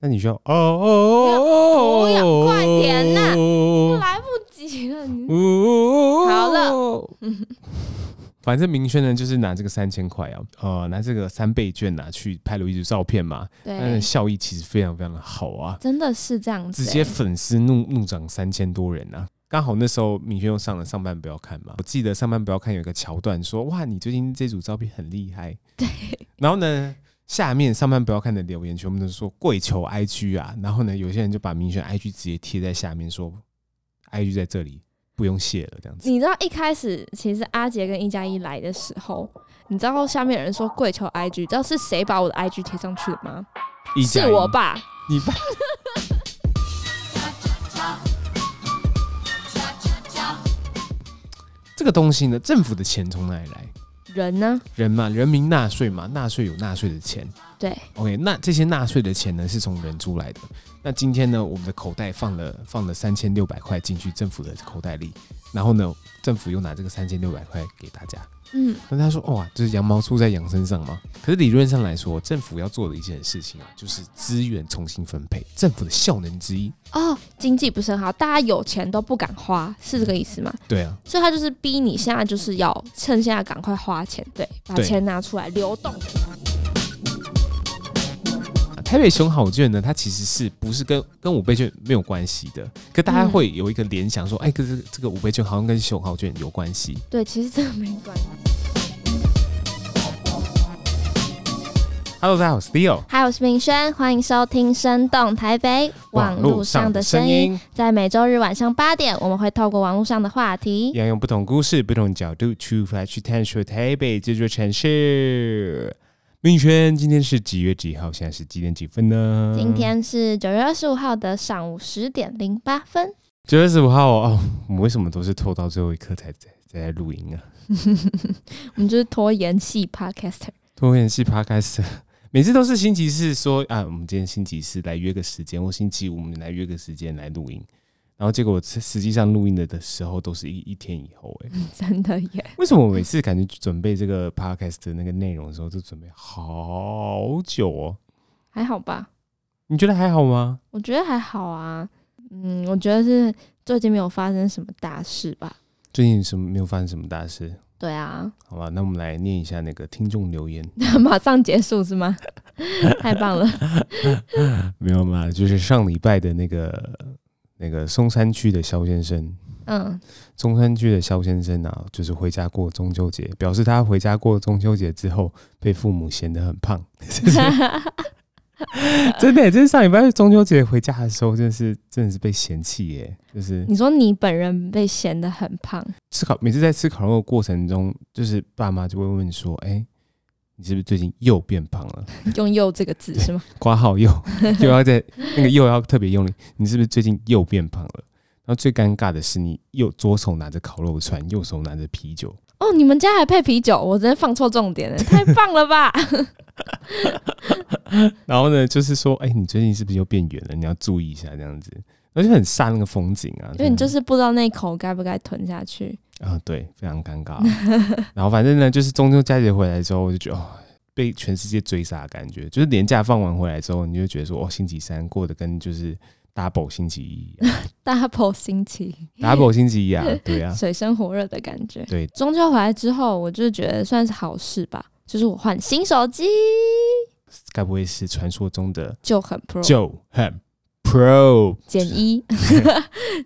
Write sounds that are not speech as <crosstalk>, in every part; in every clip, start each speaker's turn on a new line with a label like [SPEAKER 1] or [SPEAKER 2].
[SPEAKER 1] 那你需要哦哦哦，
[SPEAKER 2] 不要不要快点呐
[SPEAKER 1] 呐
[SPEAKER 2] 来不及了，你好
[SPEAKER 1] 哦，好了。反正明轩呢，就是拿这个三千块啊，呃，拿这个三倍券拿、去拍了一组照片嘛，那
[SPEAKER 2] 对
[SPEAKER 1] 个，效益其实非常非常的好啊，
[SPEAKER 2] 真的是这样子、
[SPEAKER 1] 哎直
[SPEAKER 2] 欸，
[SPEAKER 1] 接粉丝怒怒涨三千多人啊。刚好那时候明轩又上了《上班不要看》嘛，我记得《上班不要看》有一个桥段说，哇，你最近这组照片很厉害。
[SPEAKER 2] 对。
[SPEAKER 1] 然后呢，下面《上班不要看》的留言全部都是说跪求 IG 啊，然后呢，有些人就把明轩 IG 直接贴在下面说，IG 在这里，不用谢了这样子。
[SPEAKER 2] 你知道一开始其实阿杰跟一加一来的时候，你知道下面有人说跪求 IG，知道是谁把我的 IG 贴上去的吗？
[SPEAKER 1] 一加
[SPEAKER 2] 是
[SPEAKER 1] 一
[SPEAKER 2] 我，爸。
[SPEAKER 1] 你
[SPEAKER 2] <laughs>
[SPEAKER 1] 爸。这个东西呢，政府的钱从哪里来？
[SPEAKER 2] 人呢？
[SPEAKER 1] 人嘛，人民纳税嘛，纳税有纳税的钱。
[SPEAKER 2] 对
[SPEAKER 1] ，OK，那这些纳税的钱呢，是从人出来的。那今天呢，我们的口袋放了放了三千六百块进去政府的口袋里，然后呢，政府又拿这个三千六百块给大家。
[SPEAKER 2] 嗯，
[SPEAKER 1] 那他说，哇，这是羊毛出在羊身上吗？可是理论上来说，政府要做的一件事情啊，就是资源重新分配，政府的效能之一。
[SPEAKER 2] 哦，经济不是很好，大家有钱都不敢花，是这个意思吗？
[SPEAKER 1] 对啊，
[SPEAKER 2] 所以他就是逼你现在就是要趁现在赶快花钱，对，把
[SPEAKER 1] 对
[SPEAKER 2] 钱拿出来流动。
[SPEAKER 1] 台北熊好券呢，它其实是不是跟跟五倍券没有关系的？可大家
[SPEAKER 2] 嗯
[SPEAKER 1] 会有一个联想说，哎、可是这个五倍券好像跟熊好券有关系。
[SPEAKER 2] 对，其实这个没关系。
[SPEAKER 1] Hello，大家好，我是 Leo，
[SPEAKER 2] 嗨，我是明轩，欢迎收听《生动台北》网络上的声音。，在每周日晚上八点，我们会透过网络上的话题，
[SPEAKER 1] 要用不同故事、不同角度出发去探索台北这座城市。明轩，今天是几月几号？现在是几点几分呢？
[SPEAKER 2] 今天是九月二十五号的上午十点零八分。
[SPEAKER 1] 九月十五号哦。哦我们为什么都是拖到最后一刻才在在录音啊？
[SPEAKER 2] 我们就是拖延系 podcaster。 <laughs>
[SPEAKER 1] 拖延系 Podcast，每 <laughs> 次都是星期四说啊，我们今天星期四来约个时间，或星期五我们来约个时间来录音。然后结果实实际上录音的的时候都是一一天以后、欸，
[SPEAKER 2] <laughs> 真的耶！
[SPEAKER 1] 为什么我每次感觉准备这个 podcast 的那个内容的时候，都准备好久哦？
[SPEAKER 2] 还好吧？
[SPEAKER 1] 你觉得还好吗？
[SPEAKER 2] 我觉得还好啊。嗯，我觉得是最近没有发生什么大事吧？
[SPEAKER 1] 最近什么没有发生什么大事？
[SPEAKER 2] 对啊，
[SPEAKER 1] 好吧，那我们来念一下那个听众留言。
[SPEAKER 2] <laughs> 马上结束是吗？ <laughs> 太棒了！
[SPEAKER 1] 没有嘛，就是上礼拜的那个那个松山区的肖先生，
[SPEAKER 2] <laughs> 嗯，
[SPEAKER 1] 中山区的肖先生啊，就是回家过中秋节，表示他回家过中秋节之后，被父母嫌得很胖。 <laughs> 真的耶，就是上礼拜中秋节回家的时候，真的是真的是被嫌弃耶，就是
[SPEAKER 2] 你说你本人被嫌得很胖，
[SPEAKER 1] 吃烤每次在吃烤肉的过程中，就是爸妈就会问说：“哎、你是不是最近又变胖了？
[SPEAKER 2] <laughs>
[SPEAKER 1] <laughs>
[SPEAKER 2] 用“又”这个字是吗？
[SPEAKER 1] 挂号又又要在那个又要特别用力，你是不是最近又变胖了？”然后最尴尬的是，你右左手拿着烤肉串，右手拿着啤酒，
[SPEAKER 2] 哦，你们家还配啤酒，我真的放错重点了， <laughs> 太棒了吧！
[SPEAKER 1] 然后呢，就是说：“哎、你最近是不是又变圆了？你要注意一下这样子。”而且很煞那个风景啊，
[SPEAKER 2] 因为你就是是不知道那口该不该吞下去。 <laughs>
[SPEAKER 1] 啊，对，非常尴尬。然后反正呢，就是中秋佳节回来之后，我就觉得哦，被全世界追杀的感觉，就是年假放完回来之后，你就觉得说，哦，星期三过得跟就是 double 星期一一
[SPEAKER 2] <laughs>
[SPEAKER 1] 样
[SPEAKER 2] double 星期，
[SPEAKER 1] ，double 星期一啊，对啊，
[SPEAKER 2] 水深火热的感觉。
[SPEAKER 1] 对，
[SPEAKER 2] 中秋回来之后，我就觉得算是好事吧，就是我换新手机
[SPEAKER 1] 该不会是传说中的
[SPEAKER 2] 就很 Pro
[SPEAKER 1] 就很 pro <laughs>
[SPEAKER 2] 减一，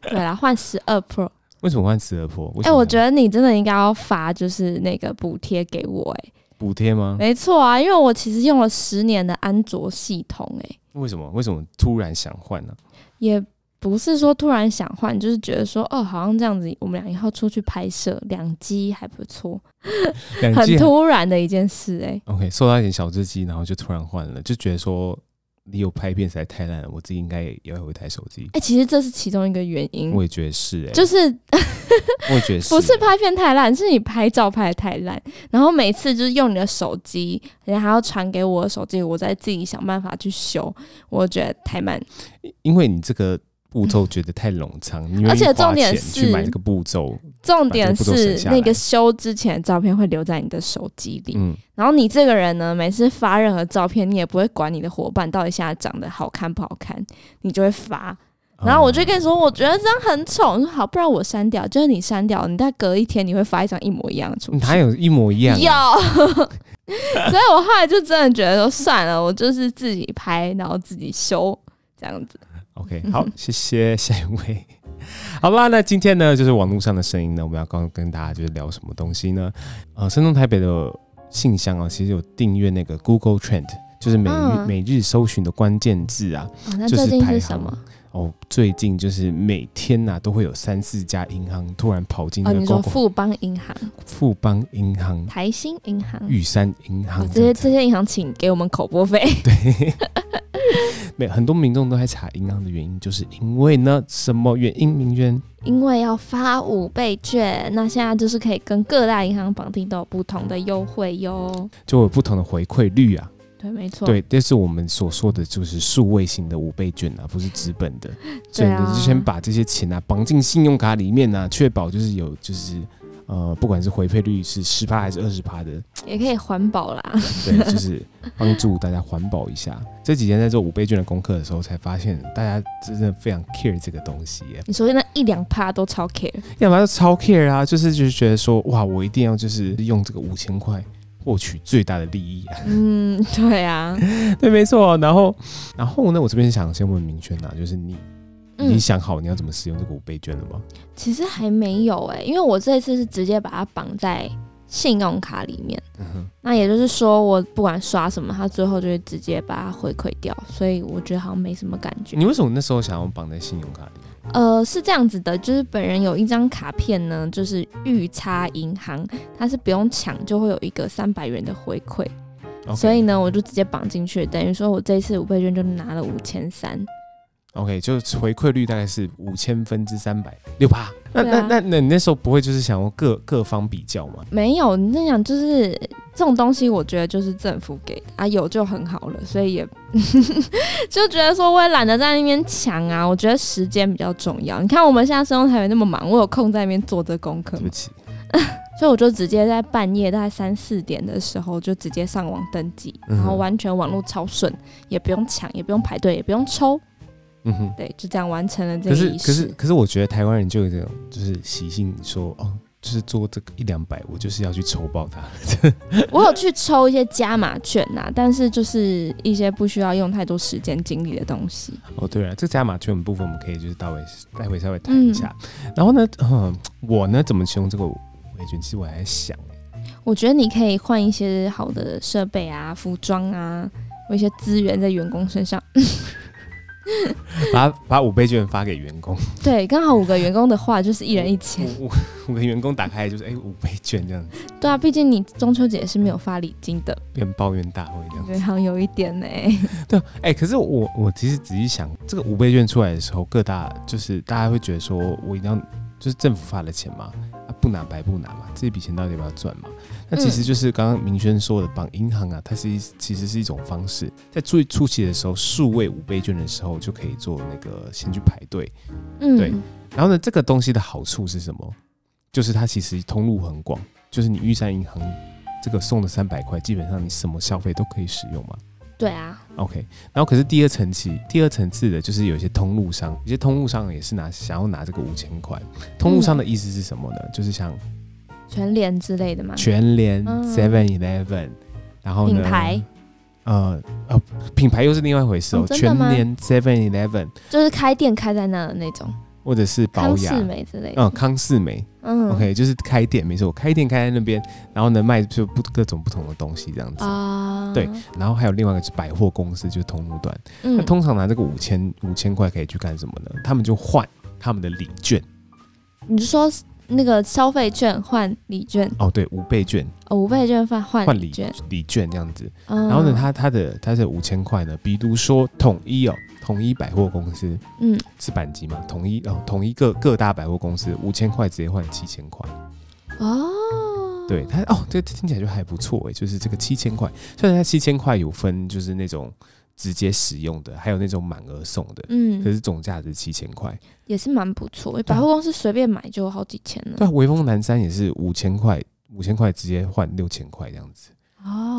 [SPEAKER 2] 对啦，换十二 Pro。
[SPEAKER 1] 为什么换十二 pro？
[SPEAKER 2] 哎、我觉得你真的应该要发就是那个补贴给我、哎、
[SPEAKER 1] 补贴吗？
[SPEAKER 2] 没错啊，因为我其实用了十年的安卓系统、哎，
[SPEAKER 1] 为什么为什么突然想换呢、
[SPEAKER 2] 也。不是说突然想换，就是觉得说，哦，好像这样子，我们俩以后出去拍摄，两机还不错，
[SPEAKER 1] 两
[SPEAKER 2] 很
[SPEAKER 1] 季
[SPEAKER 2] 突然的一件事、哎，
[SPEAKER 1] OK，受到一点小刺激，然后就突然换了，就觉得说你有拍片实在太烂了，我自己应该也要有一台手机。
[SPEAKER 2] 哎、其实这是其中一个原因，
[SPEAKER 1] 我也觉得是、欸，
[SPEAKER 2] 哎就是
[SPEAKER 1] 我也觉得是、
[SPEAKER 2] 不是
[SPEAKER 1] 欸
[SPEAKER 2] 拍片太烂，是你拍照拍的太烂。然后每次就是用你的手机，然后还要传给我的手机，我再自己想办法去修，我觉得太慢。
[SPEAKER 1] 因为你这个步骤觉得太冗长，你愿意
[SPEAKER 2] 嗯而且
[SPEAKER 1] 花
[SPEAKER 2] 重点
[SPEAKER 1] 钱去买
[SPEAKER 2] 是
[SPEAKER 1] 那个步骤，
[SPEAKER 2] 重点
[SPEAKER 1] 把这个步骤
[SPEAKER 2] 是
[SPEAKER 1] 省下来
[SPEAKER 2] 那个修之前的照片会留在你的手机里，
[SPEAKER 1] 嗯，
[SPEAKER 2] 然后你这个人呢，每次发任何照片，你也不会管你的伙伴到底现在长得好看不好看，你就会发。然后我
[SPEAKER 1] 嗯啊
[SPEAKER 2] 就跟你说，我觉得这样很丑。你说好，不然我删掉。就是你删掉，你再隔一天你会发一张一模一样的出
[SPEAKER 1] 嗯
[SPEAKER 2] 去。
[SPEAKER 1] 哪有一模一样啊、
[SPEAKER 2] 有， <laughs> 所以我后来就真的觉得说算了，我就是自己拍，然后自己修这样子。
[SPEAKER 1] OK，好，
[SPEAKER 2] 嗯
[SPEAKER 1] 谢谢下一位。 <laughs> 好啦，那今天呢，就是网络上的声音呢，我们要刚跟大家就是聊什么东西呢？呃，山东台北的信箱啊，其实有订阅那个 Google Trend，就是每日、
[SPEAKER 2] 嗯
[SPEAKER 1] 每日搜寻的关键字啊。
[SPEAKER 2] 哦，那
[SPEAKER 1] 就
[SPEAKER 2] 最
[SPEAKER 1] 是
[SPEAKER 2] 近
[SPEAKER 1] 排
[SPEAKER 2] 是什
[SPEAKER 1] 行
[SPEAKER 2] 么？
[SPEAKER 1] 哦，最近就是每天呐、都会有三四家银行突然跑进
[SPEAKER 2] 哦，
[SPEAKER 1] 那个
[SPEAKER 2] 你说
[SPEAKER 1] Google、
[SPEAKER 2] 富嗯邦银行、
[SPEAKER 1] 富邦银行、
[SPEAKER 2] 台新银行，
[SPEAKER 1] 玉山银行
[SPEAKER 2] 哦、
[SPEAKER 1] 这
[SPEAKER 2] 这些
[SPEAKER 1] 样子
[SPEAKER 2] 这些银行请给我们口
[SPEAKER 1] <laughs>
[SPEAKER 2] 播费。
[SPEAKER 1] 对，每很多民众都在查银行的原因，就是因为呢，什么原因？明渊
[SPEAKER 2] 因为要发五倍券，那现在就是可以跟各大银行绑定都有不同的优惠哟。
[SPEAKER 1] 就有不同的回馈率啊。
[SPEAKER 2] 对，没错。
[SPEAKER 1] 对，这是我们所说的就是数位型的五倍券啊，不是资本的。所以
[SPEAKER 2] 对啊
[SPEAKER 1] 呢，就先把这些钱啊绑进信用卡里面呢、啊，确保就是有就是呃，不管是回馈率是十趴还是二十趴的，
[SPEAKER 2] 也可以环保啦。
[SPEAKER 1] 对，就是帮助大家环保一下。这几天在做五倍券的功课的时候，才发现大家真的非常 care 这个东西耶，
[SPEAKER 2] 你说那一两趴都超 care，
[SPEAKER 1] 要么就超 care 啊，就是就是觉得说哇，我一定要就是用这个五千块获取最大的利益啊。
[SPEAKER 2] 嗯，对啊，
[SPEAKER 1] 对，没错。然后，然后呢，我这边想先问明轩啊，就是你
[SPEAKER 2] 嗯
[SPEAKER 1] <laughs> 你，想好你要怎么使用这个五倍券了吗？
[SPEAKER 2] 其实还没有哎、因为我这一次是直接把它绑在信用卡里面，
[SPEAKER 1] 嗯哼，
[SPEAKER 2] 那也就是说我不管刷什么，它最后就会直接把它回馈掉，所以我觉得好像没什么感觉。
[SPEAKER 1] 你为什么那时候想要绑在信用卡里？
[SPEAKER 2] 呃，是这样子的，就是本人有一张卡片呢，就是预差银行，它是不用抢就会有一个三百元的回馈
[SPEAKER 1] OK，
[SPEAKER 2] 所以呢，我就直接绑进去，等于说我这一次五倍券就拿了五千三，
[SPEAKER 1] ，OK，就是回馈率大概是五千分之三百六趴。那、
[SPEAKER 2] 对
[SPEAKER 1] 那
[SPEAKER 2] 啊
[SPEAKER 1] 那那你那时候不会就是想要各各方比较吗？
[SPEAKER 2] 没有，你在想就是这种东西，我觉得就是政府给的啊，有就很好了，所以也 <laughs> 就觉得说我也懒得在那边抢啊，我觉得时间比较重要。你看我们现在生活台员那么忙，我有空在那边做这功课
[SPEAKER 1] 对
[SPEAKER 2] 吗
[SPEAKER 1] 不起，
[SPEAKER 2] 所以我就直接在半夜大概三四点的时候就直接上网登记，
[SPEAKER 1] 嗯哼
[SPEAKER 2] 然后完全网络超顺，也不用抢，也不用排队，也不用抽，
[SPEAKER 1] 嗯哼。
[SPEAKER 2] 对，就这样完成了这
[SPEAKER 1] 可
[SPEAKER 2] 个
[SPEAKER 1] 是
[SPEAKER 2] 仪
[SPEAKER 1] 可是
[SPEAKER 2] 式。
[SPEAKER 1] 可是，我觉得台湾人就有这种就是习性说，哦，就是做这个一两百，我就是要去抽爆它。
[SPEAKER 2] 我有去抽一些加码券呐、但是就是一些不需要用太多时间精力的东西。
[SPEAKER 1] 哦，对了，这加码券的部分我们可以就是待会待会稍微谈一下。然后呢，嗯，我呢怎么形容这个五倍券？其实我还在想，
[SPEAKER 2] 我觉得你可以换一些好的设备啊、服装啊，或一些资源在员工身上。
[SPEAKER 1] 把把五倍券发给员工，
[SPEAKER 2] 对，刚好五个员工的话就是一人一千。
[SPEAKER 1] <laughs> 五五个员工打开就是哎五倍券这样子，
[SPEAKER 2] 嗯对啊，毕竟你中秋节是没有发礼金的，
[SPEAKER 1] 变抱怨大会这样
[SPEAKER 2] 对，
[SPEAKER 1] 子。
[SPEAKER 2] 好像有一点 <laughs> 呢、
[SPEAKER 1] 对，哎，可是我我其实仔细想，这个五倍券出来的时候，各大就是大家会觉得说我一定要就是政府发的钱嘛。啊不拿白不拿嘛，这笔钱到底要不要赚嘛？那其实就是刚刚明轩说的，绑银行啊，它是一其实是一种方式，在最初期的时候，数位五倍券的时候就可以做那个先去排队。
[SPEAKER 2] 嗯，
[SPEAKER 1] 对然后呢，这个东西的好处是什么？就是它其实通路很广，就是你玉山银行这个送的三百块，基本上你什么消费都可以使用嘛。
[SPEAKER 2] 对啊，
[SPEAKER 1] OK，然后可是第二层期，第二层次的就是有一些通路商，有些通路商也是拿想要拿这个五千块。通路商的意思是什么呢？就是像
[SPEAKER 2] 全脸之类的嘛。
[SPEAKER 1] 全联、
[SPEAKER 2] 嗯
[SPEAKER 1] Seven Eleven，然后呢
[SPEAKER 2] 品牌
[SPEAKER 1] 呃呃，品牌又是另外一回事哦。
[SPEAKER 2] 哦真的
[SPEAKER 1] 全
[SPEAKER 2] 吗
[SPEAKER 1] 联 Seven Eleven
[SPEAKER 2] 就是开店开在那的那种，
[SPEAKER 1] 或者是宝
[SPEAKER 2] 康
[SPEAKER 1] 雅，
[SPEAKER 2] 士美之类的。
[SPEAKER 1] 嗯，康士美、
[SPEAKER 2] 嗯
[SPEAKER 1] OK，就是开店，没错，我开店开在那边，然后呢卖就不各种不同的东西这样子。
[SPEAKER 2] 啊，
[SPEAKER 1] 对，然后还有另外一个是百货公司，就是通路端，那
[SPEAKER 2] 嗯，
[SPEAKER 1] 通常拿这个五千五千块可以去干什么呢？他们就换他们的礼券，
[SPEAKER 2] 你是说那个消费券换礼券，
[SPEAKER 1] 哦，对，五倍券
[SPEAKER 2] 哦五倍券换换
[SPEAKER 1] 换
[SPEAKER 2] 礼
[SPEAKER 1] 礼
[SPEAKER 2] 券，嗯
[SPEAKER 1] 礼券这样子。
[SPEAKER 2] 然
[SPEAKER 1] 然后呢，，它它的它的五千块呢，比如说统一哦，统一百货公司
[SPEAKER 2] 嗯，
[SPEAKER 1] 是板级嘛，统一哦，统一各各大百货公司五千块直接换七千块，
[SPEAKER 2] 哦，
[SPEAKER 1] 对欸它哦，这听起来就还不错哎，就是这个七千块，虽然它七千块有分就是那种直接使用的，还有那种满额送的，可
[SPEAKER 2] 嗯，
[SPEAKER 1] 是总价值七千块。
[SPEAKER 2] 也是蛮不错。百货公司随便买就好几千
[SPEAKER 1] 啊对
[SPEAKER 2] 了。
[SPEAKER 1] 啊，微风南山也是五千块，五千块直接换六千块这样子，
[SPEAKER 2] 哦，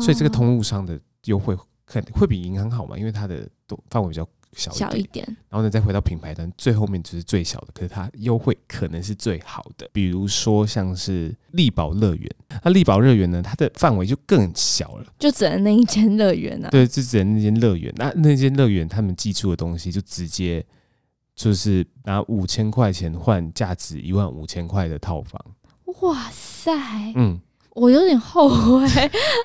[SPEAKER 1] 啊所以这个通路上的优惠肯会比银行好嘛，因为它的都范围比较小一点。
[SPEAKER 2] 小一点，
[SPEAKER 1] 然后呢，再回到品牌端，最后面就是最小的，可是它优惠可能是最好的。比如说像是力宝乐园，那力宝乐园呢，它的范围就更小了。
[SPEAKER 2] 就只能那一间乐园啊。
[SPEAKER 1] 对，就只能那间乐园。那那间乐园他们寄出的东西，就直接就是拿五千块钱换价值一万五千块的套房。
[SPEAKER 2] 哇塞，
[SPEAKER 1] 嗯，
[SPEAKER 2] 我有点后悔。 <laughs>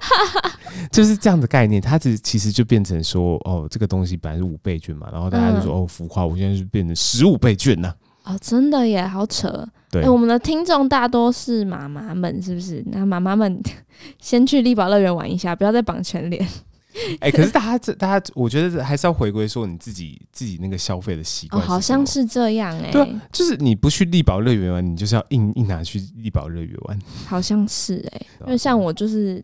[SPEAKER 1] 就是这样的概念。它只其实就变成说，哦，这个东西本来是五倍券嘛，然后大家就
[SPEAKER 2] 嗯
[SPEAKER 1] 说，哦，浮夸，我现在是变成十五倍券呐、
[SPEAKER 2] 哦，真的耶，好扯。
[SPEAKER 1] 对
[SPEAKER 2] 哎、我们的听众大多是妈妈们，是不是？那妈妈们 <laughs> 先去力宝乐园玩一下，不要再绑全脸。
[SPEAKER 1] 哎、可是大家这大家，我觉得还是要回归说你自己自己那个消费的习
[SPEAKER 2] 哦，
[SPEAKER 1] 惯、
[SPEAKER 2] 好像，是这样哎、
[SPEAKER 1] 对啊就是你不去力宝乐园玩，你就是要硬硬拿去力宝乐园玩。
[SPEAKER 2] 好像是哎、
[SPEAKER 1] 啊
[SPEAKER 2] 因为像我就是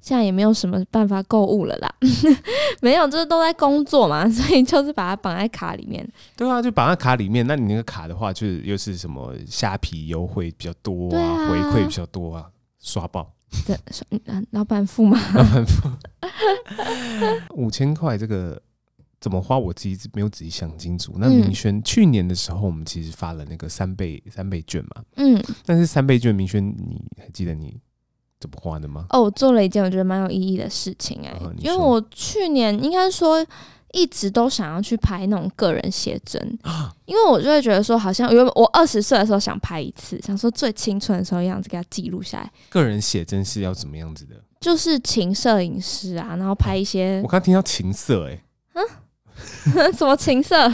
[SPEAKER 2] 现在也没有什么办法购物了啦， <laughs> 没有，就是都在工作嘛，所以就是把它绑在卡里面。
[SPEAKER 1] 对啊，就绑在卡里面。那你那个卡的话，就是又是什么虾皮优惠比较多
[SPEAKER 2] 对
[SPEAKER 1] 啊，
[SPEAKER 2] 啊
[SPEAKER 1] 回馈比较多啊，刷爆
[SPEAKER 2] 这说嗯啊老板付吗？
[SPEAKER 1] 五千块这个。怎么花？我自己没有仔细想清楚。那
[SPEAKER 2] 嗯
[SPEAKER 1] 明轩、去年的时候，我们其实发了那个三倍三倍券嘛，
[SPEAKER 2] <laughs> 嗯，
[SPEAKER 1] 但是三倍券，明轩你还记得你怎么花的吗？
[SPEAKER 2] 哦，我做了一件我觉得蛮有意义的事情哎、
[SPEAKER 1] 啊你
[SPEAKER 2] 因为
[SPEAKER 1] 说
[SPEAKER 2] 我去年应该说一直都想要去拍那种个人写真，
[SPEAKER 1] 啊
[SPEAKER 2] 因为我就会觉得说，好像原本我二十岁的时候想拍一次，想说最青春的时候样子给它记录下来，
[SPEAKER 1] 个人写真是要怎么样子的？
[SPEAKER 2] 就是请摄影师啊，然后拍一些
[SPEAKER 1] 我刚听到情色、欸，
[SPEAKER 2] <laughs> 什么
[SPEAKER 1] <laughs>
[SPEAKER 2] 情色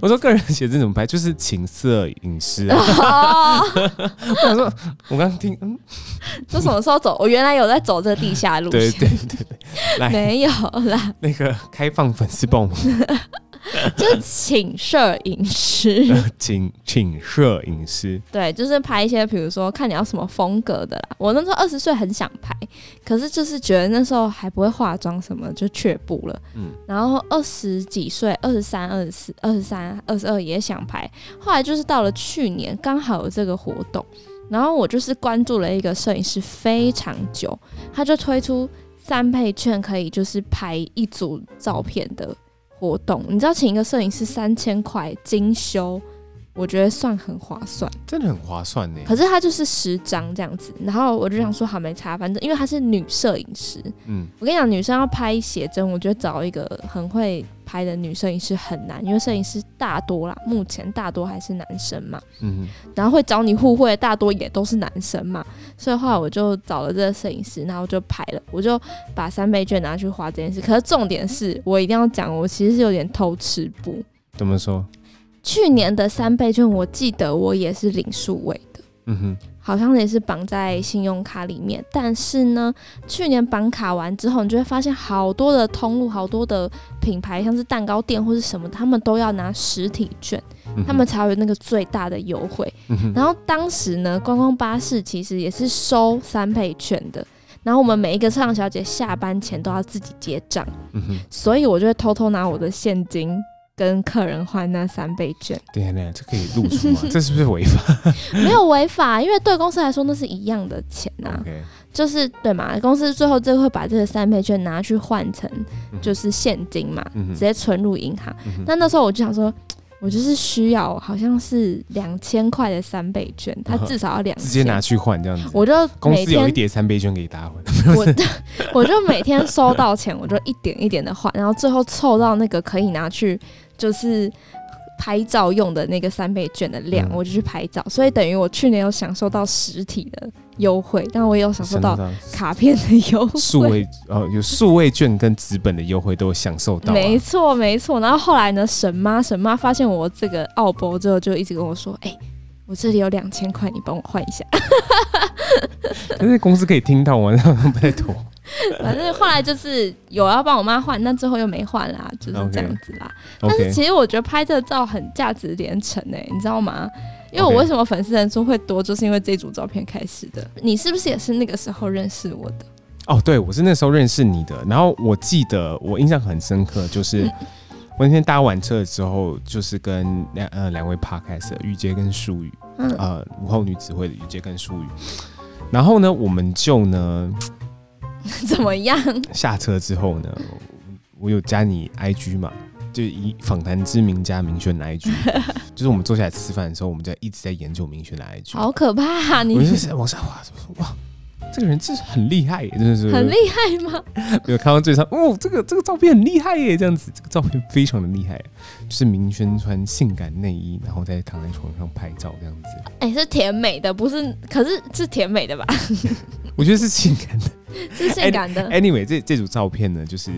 [SPEAKER 1] 我说个人写真怎么拍，就是情色影视、啊。
[SPEAKER 2] 哦，
[SPEAKER 1] 我想说，我刚听，嗯，
[SPEAKER 2] 这什么时候走？我原来有在走这地下路
[SPEAKER 1] 对
[SPEAKER 2] 线，
[SPEAKER 1] 对对对，
[SPEAKER 2] <laughs>
[SPEAKER 1] 来
[SPEAKER 2] 没有啦， <laughs>
[SPEAKER 1] 那个开放粉丝帮我们
[SPEAKER 2] 就请摄影师。 <laughs>
[SPEAKER 1] 请请摄影师，
[SPEAKER 2] 对，就是拍一些，比如说看你要什么风格的啦。我那时候二十岁很想拍，可是就是觉得那时候还不会化妆什么，就却步了。
[SPEAKER 1] 嗯
[SPEAKER 2] 然后二十几岁，二十三、二十四、二十三、二十二也想拍，后来就是到了去年，刚好有这个活动，然后我就是关注了一个摄影师非常久，他就推出三倍券，可以就是拍一组照片的活动。你知道，请一个摄影师三千块精修，我觉得算很划算。
[SPEAKER 1] 真的很划算呢、
[SPEAKER 2] 可是它就是十张这样子，然后我就想说好没差，反正因为她是女摄影师，
[SPEAKER 1] 嗯，
[SPEAKER 2] 我跟你讲，女生要拍写真，我觉得找一个很会拍的女摄影师很难，因为摄影师大多啦，目前大多还是男生嘛，
[SPEAKER 1] 嗯
[SPEAKER 2] 然后会找你互惠的大多也都是男生嘛，所以后来我就找了这个摄影师，然后就拍了，我就把三倍券拿去花这件事。可是重点是我一定要讲，我其实是有点偷吃不，
[SPEAKER 1] 怎么说？
[SPEAKER 2] 去年的三倍券，我记得我也是零数位的。
[SPEAKER 1] 嗯哼，
[SPEAKER 2] 好像也是绑在信用卡里面，但是呢，去年绑卡完之后，你就会发现好多的通路、好多的品牌，像是蛋糕店或是什么，他们都要拿实体券，
[SPEAKER 1] 嗯哼
[SPEAKER 2] 他们，才有那个最大的优惠。
[SPEAKER 1] 嗯哼
[SPEAKER 2] 然后当时呢，观光巴士其实也是收三倍券的，然后我们每一个唱小姐下班前都要自己结账，
[SPEAKER 1] 嗯哼，
[SPEAKER 2] 所以我就会偷偷拿我的现金跟客人换那三倍券。
[SPEAKER 1] 等一下等一啊下，这可以露出
[SPEAKER 2] <laughs>
[SPEAKER 1] 吗？这是不是违法
[SPEAKER 2] 没有违法，因为对公司来说那是一样的钱啊呐、
[SPEAKER 1] ？OK，
[SPEAKER 2] 就是对嘛，公司最后就会把这个三倍券拿去换成
[SPEAKER 1] 嗯
[SPEAKER 2] 就是现金嘛，
[SPEAKER 1] 嗯哼
[SPEAKER 2] 直接存入银行。
[SPEAKER 1] 嗯哼
[SPEAKER 2] 那那时候我就想说，我就是需要好像是两千块的三倍券，它至少要两
[SPEAKER 1] 嗯
[SPEAKER 2] 千，
[SPEAKER 1] 直接拿去换这样子。
[SPEAKER 2] 我就
[SPEAKER 1] 公
[SPEAKER 2] 每
[SPEAKER 1] 司有一
[SPEAKER 2] 天
[SPEAKER 1] 叠三倍券给大家
[SPEAKER 2] <laughs>
[SPEAKER 1] 换，
[SPEAKER 2] 我我就每天收到钱，我就一点一点的换，然后最后凑到那个可以拿去就是拍照用的那个三倍券的量，
[SPEAKER 1] 嗯
[SPEAKER 2] 我就去拍照。所以等于我去年有享受到实体的优惠，但我也有享受到
[SPEAKER 1] 想到
[SPEAKER 2] 卡片的优惠。
[SPEAKER 1] 数位哦，有数位券跟纸本的优惠都有享受到、啊。
[SPEAKER 2] 没错，没错。然后后来呢，沈妈沈妈发现我这个奥博之后，就一直跟我说：“哎、我这里有两千块，你帮我换一下。 <laughs>
[SPEAKER 1] 但是公司可以听 <laughs> 到我，拜托。”
[SPEAKER 2] 反正后来就是有要帮我妈换，但最后又没换啦，就是这样子啦。但
[SPEAKER 1] OK，
[SPEAKER 2] 是其实我觉得拍这个照很价值连城哎、你知道吗？因为我
[SPEAKER 1] OK
[SPEAKER 2] 为什么粉丝人数会多，就是因为这组照片开始的。你是不是也是那个时候认识我的？
[SPEAKER 1] 哦，对，我是那时候认识你的。然后我记得我印象很深刻，就是
[SPEAKER 2] 嗯
[SPEAKER 1] 我那天搭完车之后，就是跟两呃两位 podcast 玉洁跟舒雨，
[SPEAKER 2] 嗯，
[SPEAKER 1] 呃午后女子会的玉洁跟舒雨。然后呢，我们就呢
[SPEAKER 2] <laughs> 怎么样？
[SPEAKER 1] 下车之后呢，我有加你 IG 嘛，就以访谈之名加明轩的 IG，就是
[SPEAKER 2] <laughs>
[SPEAKER 1] 我们坐下来吃饭的时候，我们就一直在研究明轩的 IG。
[SPEAKER 2] 好可怕、啊！你
[SPEAKER 1] 我就是往上滑，说哇，这个人真是很厉害耶，真的是
[SPEAKER 2] 很厉害吗？
[SPEAKER 1] 没有看到最上，哦，这个这个照片很厉害耶，这样子，这个照片非常的厉害，就是明轩穿性感内衣，然后在躺在床上拍照这样子，
[SPEAKER 2] 哎、是甜美的，不是？可是是甜美的吧？
[SPEAKER 1] 我觉得是性感的。
[SPEAKER 2] <laughs> 是性感的。
[SPEAKER 1] Anyway，这这组照片呢，就是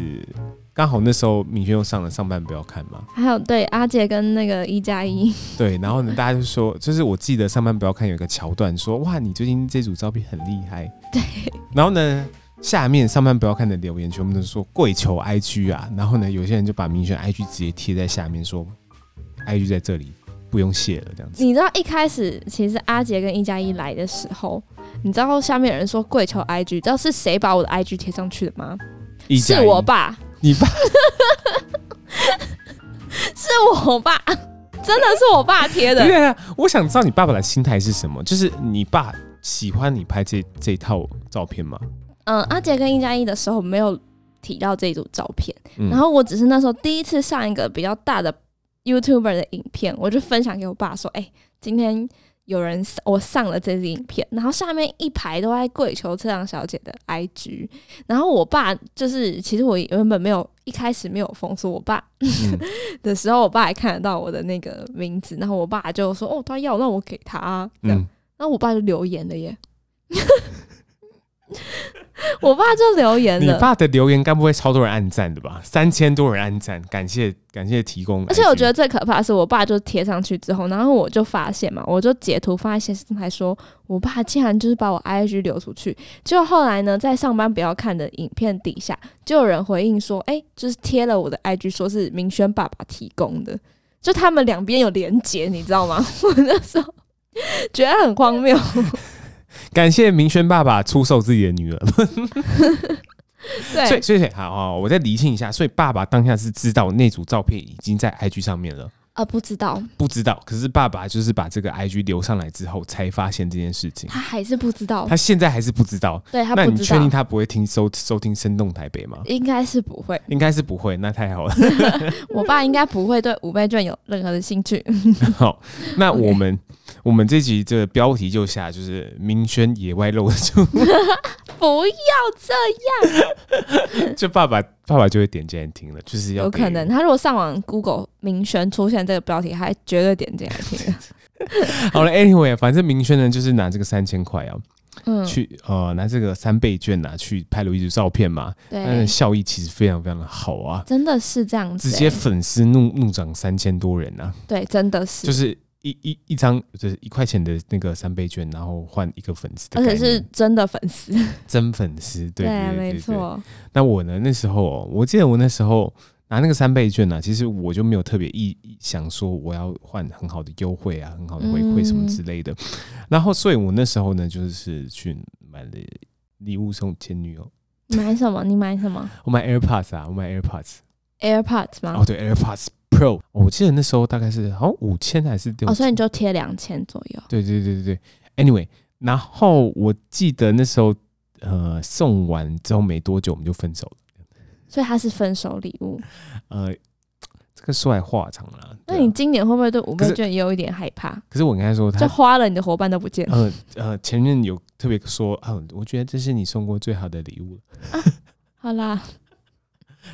[SPEAKER 1] 刚好那时候明轩又上了上半不要看嘛，
[SPEAKER 2] 还有对阿姐跟那个一加一，
[SPEAKER 1] 对，然后呢，大家就说，就是我记得上半不要看有一个桥段说，哇，你最近这组照片很厉害，
[SPEAKER 2] 对，
[SPEAKER 1] 然后呢。下面上半不要看的留言，全部都说跪求 IG 啊，然后呢，有些人就把明轩 IG 直接贴在下面说，IG 在这里，不用谢了这样子。
[SPEAKER 2] <laughs> 你知道一开始其实阿杰跟一加一来的时候，你知道下面有人说跪求 IG，知道是谁把我的 IG 贴上去的吗？
[SPEAKER 1] 一加
[SPEAKER 2] 是
[SPEAKER 1] 一
[SPEAKER 2] 我，爸，
[SPEAKER 1] 你
[SPEAKER 2] <laughs>
[SPEAKER 1] 爸
[SPEAKER 2] 是我爸，真的是我爸贴
[SPEAKER 1] <laughs>
[SPEAKER 2] 的。
[SPEAKER 1] 对啊，我想知道你爸爸的心态是什么，就是你爸喜欢你拍这这一套照片吗？
[SPEAKER 2] 嗯，阿杰跟一加一的时候没有提到这组照片，
[SPEAKER 1] 嗯
[SPEAKER 2] 然后我只是那时候第一次上一个比较大的 YouTuber 的影片，我就分享给我爸说：“哎、今天有人上我上了这支影片，然后下面一排都在跪求车长小姐的 IG。”然后我爸就是，其实我原本没有一开始没有封锁我爸 <laughs>
[SPEAKER 1] 嗯
[SPEAKER 2] 的时候，我爸还看得到我的那个名字，然后我爸就说：“哦，他要让我给他、啊。”这样，
[SPEAKER 1] 嗯，
[SPEAKER 2] 然后我爸就留言了耶， <laughs> 我爸就留言
[SPEAKER 1] 你
[SPEAKER 2] 了。
[SPEAKER 1] 爸的留言该不会超多人按赞的吧？三千多人按赞，感谢感谢提供 IG。
[SPEAKER 2] 而且我觉得最可怕的是，我爸就贴上去之后，然后我就发现嘛，我就截图放在现实中，还说我爸竟然就是把我 IG 流出去。结果后来呢，在上班不要看的影片底下，就有人回应说，哎、就是贴了我的 IG，说是明轩爸爸提供的，就他们两边有连结，你知道吗？我那时候觉得很荒 <laughs> 谬，
[SPEAKER 1] 感谢明轩爸爸出售自己的女儿，所以
[SPEAKER 2] 对，
[SPEAKER 1] 所以好好，我再厘清一下，所以爸爸当下是知道那组照片已经在 IG 上面了，
[SPEAKER 2] 呃，不知道，
[SPEAKER 1] 不知道，可是爸爸就是把这个 IG 留上来之后才发现这件事情，
[SPEAKER 2] 他还是不知道，
[SPEAKER 1] 他现在还是不知道。
[SPEAKER 2] 对他
[SPEAKER 1] 那
[SPEAKER 2] 不
[SPEAKER 1] 你
[SPEAKER 2] 知
[SPEAKER 1] 确
[SPEAKER 2] 道
[SPEAKER 1] 定，他不会听收收听生动台北吗？
[SPEAKER 2] 应该是不会，
[SPEAKER 1] 应该是不会，那太
[SPEAKER 2] <laughs>
[SPEAKER 1] 好了。
[SPEAKER 2] 我爸应该不会对五倍券有任何的兴趣。
[SPEAKER 1] 好，那我们我们这集这个标题就下就是明轩野外露
[SPEAKER 2] <laughs>
[SPEAKER 1] 宿，
[SPEAKER 2] <laughs> 不要这
[SPEAKER 1] 就爸爸爸爸就会点进来听了，就是要
[SPEAKER 2] 有
[SPEAKER 1] 给
[SPEAKER 2] 可能，他如果上网 Google 明轩出现这个标题，他绝对点进来
[SPEAKER 1] <laughs>
[SPEAKER 2] 听。
[SPEAKER 1] 好了，anyway，反正明轩呢就是拿这个三千块啊，
[SPEAKER 2] 嗯，
[SPEAKER 1] 去呃拿这个三倍券呐、啊、去拍了一组照片嘛，那
[SPEAKER 2] 对
[SPEAKER 1] 的，效益其实非常非常的好啊，
[SPEAKER 2] 真的是这样子
[SPEAKER 1] 直
[SPEAKER 2] 欸、
[SPEAKER 1] 接粉丝怒怒涨三千多人啊，
[SPEAKER 2] 对，真的是，
[SPEAKER 1] 就是一一一张就是一块钱的那个三倍券，然后换一个粉丝的
[SPEAKER 2] 而
[SPEAKER 1] 概念，
[SPEAKER 2] 且是真的粉丝。啊
[SPEAKER 1] 真粉丝，对对对
[SPEAKER 2] 没
[SPEAKER 1] 对
[SPEAKER 2] 错。
[SPEAKER 1] 那我呢，那时候哦我记得我那时候拿那个三倍券呢、啊其实我就没有特别意意想说我要换很好的优惠啊，很好的回馈
[SPEAKER 2] 嗯
[SPEAKER 1] 什么之类的。然后，所以我那时候呢，就是去买了礼物送前女友，
[SPEAKER 2] 买什么？你买什么
[SPEAKER 1] 我买 AirPods 啊，我买 AirPods，、
[SPEAKER 2] ？AirPods 吗？
[SPEAKER 1] 哦对，AirPods Pro，、我哦记得那时候大概是好像五千还是六千、
[SPEAKER 2] 哦，所以你就贴两千左右。
[SPEAKER 1] 对对对对对，Anyway，然后我记得那时候呃送完之后没多久我们就分手了。
[SPEAKER 2] 所以它是分手礼物。
[SPEAKER 1] 呃，这个说来话长了。
[SPEAKER 2] 那
[SPEAKER 1] 对啊
[SPEAKER 2] 你今年会不会对五
[SPEAKER 1] 可
[SPEAKER 2] 倍
[SPEAKER 1] 是
[SPEAKER 2] 券也有一点害怕？
[SPEAKER 1] 可是我跟他说
[SPEAKER 2] 就
[SPEAKER 1] 他，
[SPEAKER 2] 花了你的伙伴都不见了。
[SPEAKER 1] 呃呃，前任有特别说，嗯、我觉得这是你送过最好的礼物了。
[SPEAKER 2] 好啦，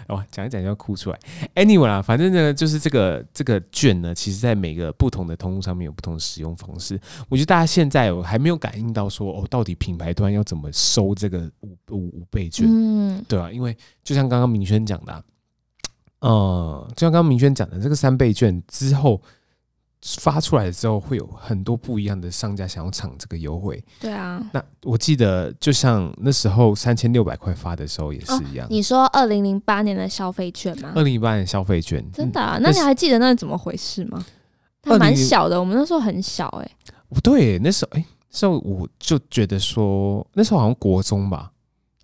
[SPEAKER 1] 哇，哦讲一讲就要哭出来。Anyway 啦，反正呢，就是这个这个券呢，其实在每个不同的通路上面有不同的使用方式。我觉得大家现在哦我还没有感应到说，哦，到底品牌端要怎么收这个五五五倍券？
[SPEAKER 2] 嗯，
[SPEAKER 1] 对啊，因为就像刚刚明轩讲的、啊，呃，就像刚刚明轩讲的，这个三倍券之后发出来的时候，会有很多不一样的商家想要抢这个优惠。
[SPEAKER 2] 对啊。
[SPEAKER 1] 那我记得，就像那时候三千六百块发的时候也是一样，
[SPEAKER 2] 哦你说二零零八年的消费券吗？
[SPEAKER 1] 二零一八年消费券
[SPEAKER 2] 真
[SPEAKER 1] 的、
[SPEAKER 2] 的、啊？那
[SPEAKER 1] 但
[SPEAKER 2] 你
[SPEAKER 1] 是
[SPEAKER 2] 还记得那是哦怎么回事吗？它
[SPEAKER 1] 20
[SPEAKER 2] 蛮小的，我们那时候很小哎、
[SPEAKER 1] 嗯对，那时候哎、那时候我就觉得说，那时候好像国中吧，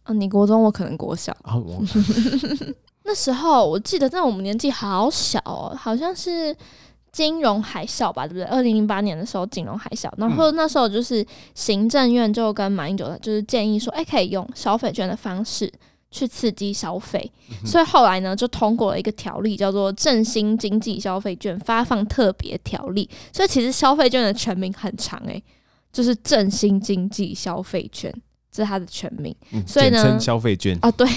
[SPEAKER 2] 嗯，你国中，我可能国小。
[SPEAKER 1] 啊，我
[SPEAKER 2] 嗯那时候我记得，在我们年纪好小哦，好像是金融海啸吧，对不对？二零零八年的时候，金融海啸，然后那时候就是行政院就跟马英九就是建议说，哎、可以用消费券的方式去刺激消费，所以后来呢就通过了一个条例，叫做《振兴经济消费券发放特别条例》，所以其实消费券的全名很长诶、就是振兴经济消费券，这是它的全名。
[SPEAKER 1] 嗯
[SPEAKER 2] 所以呢
[SPEAKER 1] 简称消费券，
[SPEAKER 2] 啊，对。 <laughs>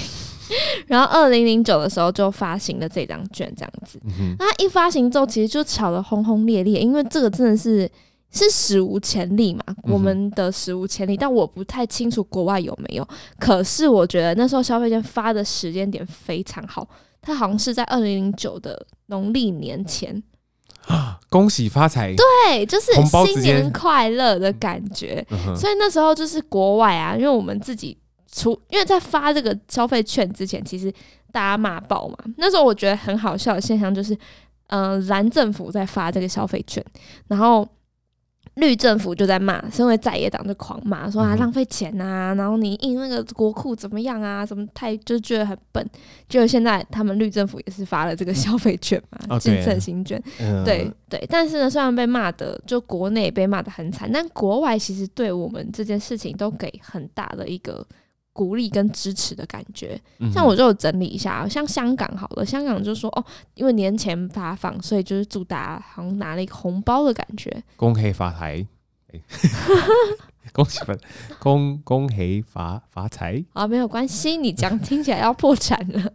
[SPEAKER 2] 然后二零零九的时候就发行了这张券，这样子。
[SPEAKER 1] 嗯哼，
[SPEAKER 2] 那一发行之后，其实就炒得轰轰烈烈，因为这个真的是是史无前例嘛，
[SPEAKER 1] 嗯哼
[SPEAKER 2] 我们的史无前例。但我不太清楚国外有没有，可是我觉得那时候消费券发的时间点非常好，它好像是在二零零九的农历年前，
[SPEAKER 1] 恭喜发财，
[SPEAKER 2] 对，就是
[SPEAKER 1] 红包直
[SPEAKER 2] 新
[SPEAKER 1] 接
[SPEAKER 2] 年快乐的感觉。
[SPEAKER 1] 嗯哼
[SPEAKER 2] 所以那时候就是国外啊，因为我们自己出，因为在发这个消费券之前，其实大家骂爆嘛。那时候我觉得很好笑的现象就是，嗯、蓝政府在发这个消费券，然后绿政府就在骂，身为在野党就狂骂说啊
[SPEAKER 1] 嗯哼
[SPEAKER 2] 浪费钱啊，然后你印那个国库怎么样啊，怎么太就觉得很笨。就现在他们绿政府也是发了这个消费券嘛，
[SPEAKER 1] 哦
[SPEAKER 2] 进
[SPEAKER 1] 对
[SPEAKER 2] 振兴券，
[SPEAKER 1] 嗯
[SPEAKER 2] 对对，但是呢，虽然被骂的，就国内也被骂的很惨，但国外其实对我们这件事情都给很大的一个鼓励跟支持的感觉。
[SPEAKER 1] 嗯哼
[SPEAKER 2] 像我就有整理一下，像香港好了，香港就说哦，因为年前发放，所以就是祝大家好像拿了一个红包的感觉。
[SPEAKER 1] 恭喜发财，哎 <laughs> 恭喜发恭恭喜发发财，
[SPEAKER 2] 啊，没有关系，你讲听起来要破产
[SPEAKER 1] <laughs>
[SPEAKER 2] 了。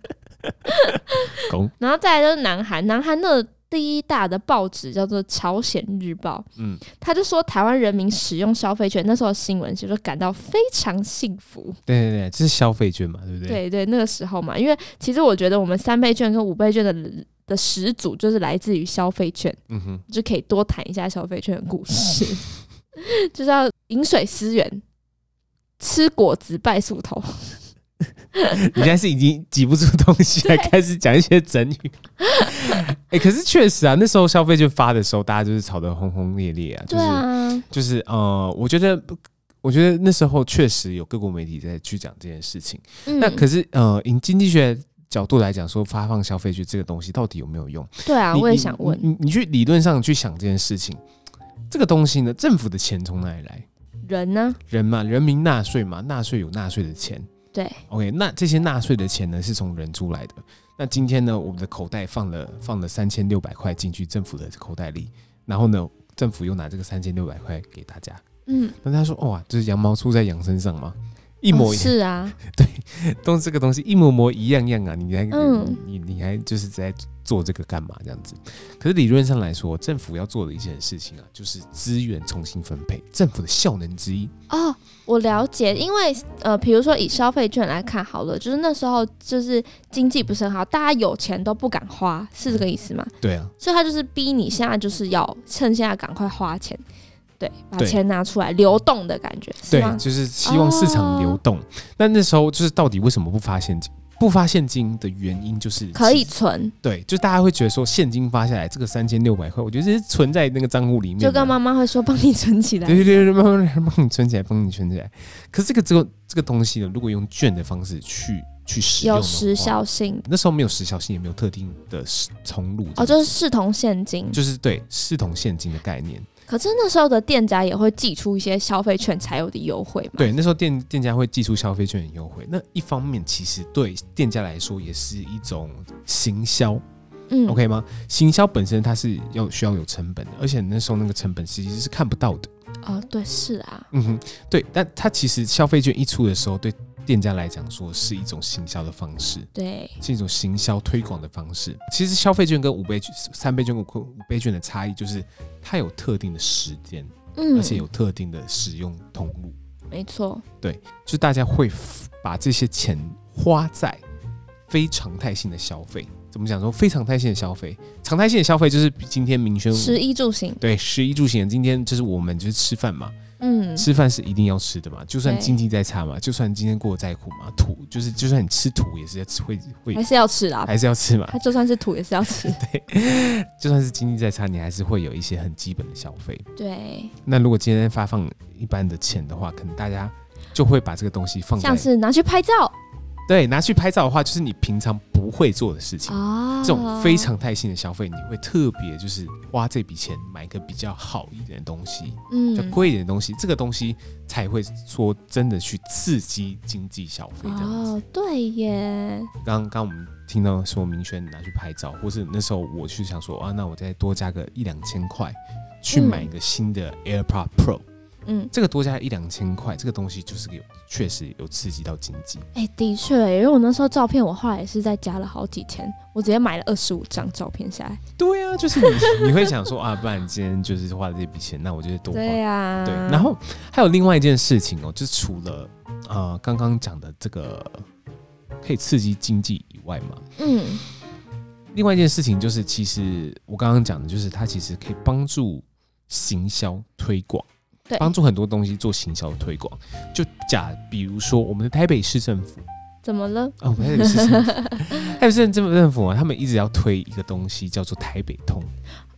[SPEAKER 1] 恭
[SPEAKER 2] <laughs> 然后再来就是南韩，南韩的第一大的报纸叫做《朝鲜日报》，
[SPEAKER 1] 嗯
[SPEAKER 2] 他就说台湾人民使用消费券，那时候新闻写说感到非常幸福。
[SPEAKER 1] 对对对，这是消费券嘛，对不对？
[SPEAKER 2] 对对，那个时候嘛，因为其实我觉得我们三倍券跟五倍券的的始祖就是来自于消费券，
[SPEAKER 1] 嗯哼，
[SPEAKER 2] 就可以多谈一下消费券的故事， <laughs> 就是要饮水思源，吃果子拜树头。
[SPEAKER 1] 你现在是已经挤不出东西 <laughs> 来，开始讲一些整
[SPEAKER 2] <laughs>
[SPEAKER 1] 语。哎、可是确实啊，那时候消费券发的时候，大家就是吵得轰轰烈烈啊，就
[SPEAKER 2] 对
[SPEAKER 1] 是、
[SPEAKER 2] 啊，
[SPEAKER 1] 就是呃，我觉得。我觉得那时候确实有各国媒体在去讲这件事情，
[SPEAKER 2] 嗯
[SPEAKER 1] 那可是呃，以经济学角度来讲，说发放消费券这个东西到底有没有用？
[SPEAKER 2] 对啊，
[SPEAKER 1] 你
[SPEAKER 2] 我也想问，
[SPEAKER 1] 你你你去理论上去想这件事情，这个东西呢，政府的钱从哪里来？
[SPEAKER 2] 人呢？
[SPEAKER 1] 人嘛，人民纳税嘛，纳税有纳税的钱。
[SPEAKER 2] 对
[SPEAKER 1] ，OK，那这些纳税的钱呢，是从人出来的。那今天呢，我们的口袋放了放了三千六百块进去政府的口袋里，然后呢，政府又拿这个三千六百块给大家。
[SPEAKER 2] 嗯，
[SPEAKER 1] 那他说，哇，这是羊毛出在羊身上嘛，一模
[SPEAKER 2] 哦
[SPEAKER 1] 一样，
[SPEAKER 2] 是啊，
[SPEAKER 1] 东、这个东西一模模一样样啊，你还、
[SPEAKER 2] 嗯
[SPEAKER 1] 你你还就是在做这个干嘛这样子？可是理论上来说，政府要做的一件事情啊，就是资源重新分配，政府的效能之一。
[SPEAKER 2] 哦，我了解，因为呃，比如说以消费券来看好了，就是那时候就是经济不是很好，大家有钱都不敢花，是这个意思吗？
[SPEAKER 1] 对啊，
[SPEAKER 2] 所以他就是逼你现在就是要趁现在赶快花钱，对，把
[SPEAKER 1] 对
[SPEAKER 2] 钱拿出来流动的感觉是
[SPEAKER 1] 对
[SPEAKER 2] 吗，？哦
[SPEAKER 1] 就是希望市场流动。那那时候就是到底为什么不发现金？不发现金的原因就是
[SPEAKER 2] 可以存，
[SPEAKER 1] 对，就大家会觉得说现金发下来这个三千六百块，我觉得这是存在那个账户里面的啊，
[SPEAKER 2] 就跟妈妈会说帮你存起来。
[SPEAKER 1] 对对对，对慢慢慢帮你存起来，帮你存起来。可是这个这个这个东西呢，如果用券的方式去去使用
[SPEAKER 2] 有
[SPEAKER 1] 的话，
[SPEAKER 2] 时效性
[SPEAKER 1] 那时候没有时效性，也没有特定的时重录这样子，
[SPEAKER 2] 哦，就是视同现金。
[SPEAKER 1] 就是对视同现金的概念。
[SPEAKER 2] 可是那时候的店家也会寄出一些消费券才有的优惠嘛。
[SPEAKER 1] 对，那时候店店家会寄出消费券的优惠，那一方面其实对店家来说也是一种行销、
[SPEAKER 2] 嗯
[SPEAKER 1] o k 吗？行销本身它是要需要有成本的，而且那时候那个成本其实是看不到的。
[SPEAKER 2] 哦，对，是啊，
[SPEAKER 1] 嗯哼，对，但它其实消费券一出的时候，对店家来讲说是一种行销的方式。
[SPEAKER 2] 对，
[SPEAKER 1] 是一种行销推广的方式。其实消费券跟五倍券、三倍券跟五倍券的差异就是，它有特定的时间，
[SPEAKER 2] 嗯
[SPEAKER 1] 而，且有特定的使用通路，
[SPEAKER 2] 没错，
[SPEAKER 1] 就大家会把这些钱花在非常态性的消费。怎么讲说非常态性的消费？常态性的消费就是今天明轩
[SPEAKER 2] 食衣住行，
[SPEAKER 1] 对食衣住行，今天就是我们就是吃饭嘛，
[SPEAKER 2] 嗯，
[SPEAKER 1] 吃饭是一定要吃的嘛，就算
[SPEAKER 2] 对
[SPEAKER 1] 经济再差嘛，就算今天过得再苦嘛，土就是就算你吃土也是要吃，会会
[SPEAKER 2] 还是要吃啦。
[SPEAKER 1] 还是要吃嘛。
[SPEAKER 2] 它就算是土也是要
[SPEAKER 1] <laughs>
[SPEAKER 2] 吃，
[SPEAKER 1] 就算是经济再差，你还是会有一些很基本的消费。
[SPEAKER 2] 对，
[SPEAKER 1] 那如果今天发放一般的钱的话，可能大家就会把这个东西放在
[SPEAKER 2] 像是拿去拍照
[SPEAKER 1] 对拿去拍照的话，就是你平常不会做的事情。
[SPEAKER 2] 啊，
[SPEAKER 1] 这种非常态性的消费，你会特别就是花这笔钱买个比较好一点的东西，比较
[SPEAKER 2] 嗯
[SPEAKER 1] 贵一点的东西，这个东西才会说真的去刺激经济消费这样子。
[SPEAKER 2] 哦，对耶，
[SPEAKER 1] 刚刚我们听到说明轩拿去拍照，或是那时候我去想说啊，那我再多加个一两千块去
[SPEAKER 2] 嗯
[SPEAKER 1] 买一个新的 AirPod Pro，、
[SPEAKER 2] 嗯，
[SPEAKER 1] 这个多加一两千块，这个东西就是有确实有刺激到经济。
[SPEAKER 2] 哎、的确耶，因为我那时候照片，我后来也是在加了好几千，我直接买了二十五张照片下来。
[SPEAKER 1] 对啊，就是
[SPEAKER 2] <laughs>
[SPEAKER 1] 你你会想说啊，不然今天就是花了这笔钱，那我就多花。
[SPEAKER 2] 对啊呀，
[SPEAKER 1] 对，然后还有另外一件事情哦，就是除了呃刚刚讲的这个可以刺激经济以外嘛，
[SPEAKER 2] 嗯，
[SPEAKER 1] 另外一件事情就是，其实我刚刚讲的就是它其实可以帮助行销推广，
[SPEAKER 2] 对，
[SPEAKER 1] 帮助很多东西做行销推广。就假比如说我们的台北市政府
[SPEAKER 2] 怎么了？
[SPEAKER 1] 啊，我们台北市政府，台北市政府政府啊，他们一直要推一个东西叫做台北通。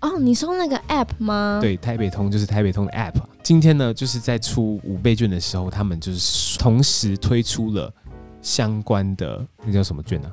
[SPEAKER 2] 哦，你说那个 app 吗？，
[SPEAKER 1] 对，台北通就是台北通的 App 啊。今天呢，就是在出五倍券的时候，他们就是同时推出了相关的那叫什么券呢、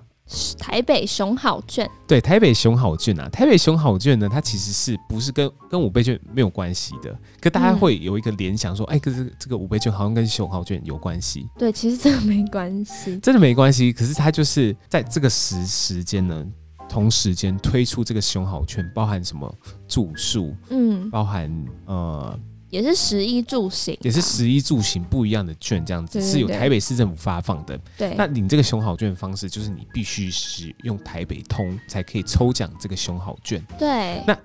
[SPEAKER 2] 台北熊好券，
[SPEAKER 1] 对，台北熊好券啊，台北熊好券呢，它其实是不是跟跟五倍券没有关系的？可大家
[SPEAKER 2] 嗯
[SPEAKER 1] 会有一个联想说，哎、可是这个五倍券好像跟熊好券有关系，
[SPEAKER 2] 对，其实这个没关系。
[SPEAKER 1] 真的没关系。可是它就是在这个时时间呢，同时间推出这个熊好券，包含什么住宿，
[SPEAKER 2] 嗯，
[SPEAKER 1] 包含呃
[SPEAKER 2] 也是食衣住行啊，
[SPEAKER 1] 也是食衣住行不一样的券，这样子
[SPEAKER 2] 对对
[SPEAKER 1] 是由
[SPEAKER 2] 对
[SPEAKER 1] 台北市政府发放的。
[SPEAKER 2] 对，
[SPEAKER 1] 那领这个熊好券的方式，就是你必须使用台北通才可以抽奖这个熊好券。
[SPEAKER 2] 对，
[SPEAKER 1] 那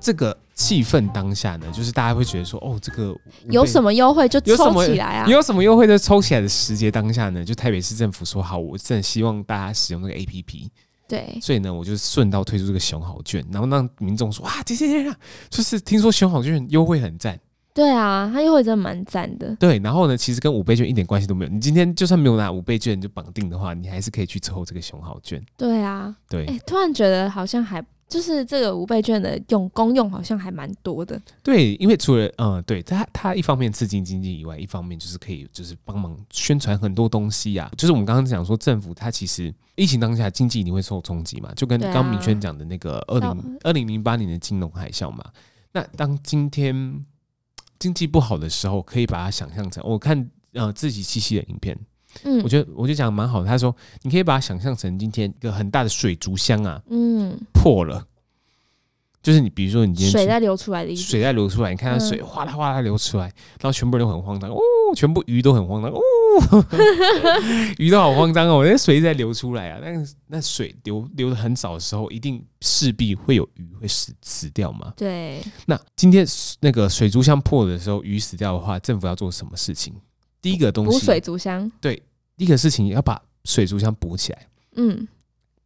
[SPEAKER 1] 这个气氛当下呢，就是大家会觉得说，哦，这个
[SPEAKER 2] 有什
[SPEAKER 1] 么、
[SPEAKER 2] 么优惠就
[SPEAKER 1] 有什
[SPEAKER 2] 抽
[SPEAKER 1] 么
[SPEAKER 2] 起来啊。
[SPEAKER 1] 有什么优惠就抽起来的时节当下呢，就台北市政府说好，我真的希望大家使用这个 A P P，
[SPEAKER 2] 对，
[SPEAKER 1] 所以呢，我就顺道推出这个熊好券，然后让民众说，哇，这些天啊，就是听说熊好券优惠很赞。
[SPEAKER 2] 对啊，它优惠真的蛮赞的。
[SPEAKER 1] 对，然后呢，其实跟五倍券一点关系都没有。你今天就算没有拿五倍券就绑定的话，你还是可以去抽这个熊好券。
[SPEAKER 2] 对啊，
[SPEAKER 1] 对、
[SPEAKER 2] 哎、突然觉得好像还就是这个五倍券的用功用好像还蛮多的。
[SPEAKER 1] 对，因为除了嗯，对它它一方面刺激经济以外，一方面就是可以就是帮忙宣传很多东西啊。就是我们刚刚讲说，政府它其实疫情当下经济一定会受冲击嘛，就跟
[SPEAKER 2] 对啊哦
[SPEAKER 1] 刚明轩讲的那个二零二零零八年的金融海啸嘛。那当今天经济不好的时候，可以把它想象成我看呃自己七夕的影片，
[SPEAKER 2] 嗯
[SPEAKER 1] 我觉得我就讲得蛮好的。他说，你可以把它想象成今天一个很大的水族箱啊
[SPEAKER 2] 嗯，
[SPEAKER 1] 破了，就是你比如说你今天
[SPEAKER 2] 水
[SPEAKER 1] 去
[SPEAKER 2] 在流出来的意思。
[SPEAKER 1] 水在流出来，你看它水
[SPEAKER 2] 嗯
[SPEAKER 1] 哗啦哗啦流出来，然后全部人都很慌张哦，全部鱼都很慌张
[SPEAKER 2] <laughs>
[SPEAKER 1] 哦，鱼都好慌张哦，那水一直在流出来啊，但是那水流流的很少的时候，一定势必会有鱼会死死掉嘛。
[SPEAKER 2] 对，
[SPEAKER 1] 那今天那个水族箱破的时候，鱼死掉的话，政府要做什么事情？第一个东
[SPEAKER 2] 补
[SPEAKER 1] 西，
[SPEAKER 2] 水族箱。
[SPEAKER 1] 第一个事情要把水族箱补起来。
[SPEAKER 2] 嗯，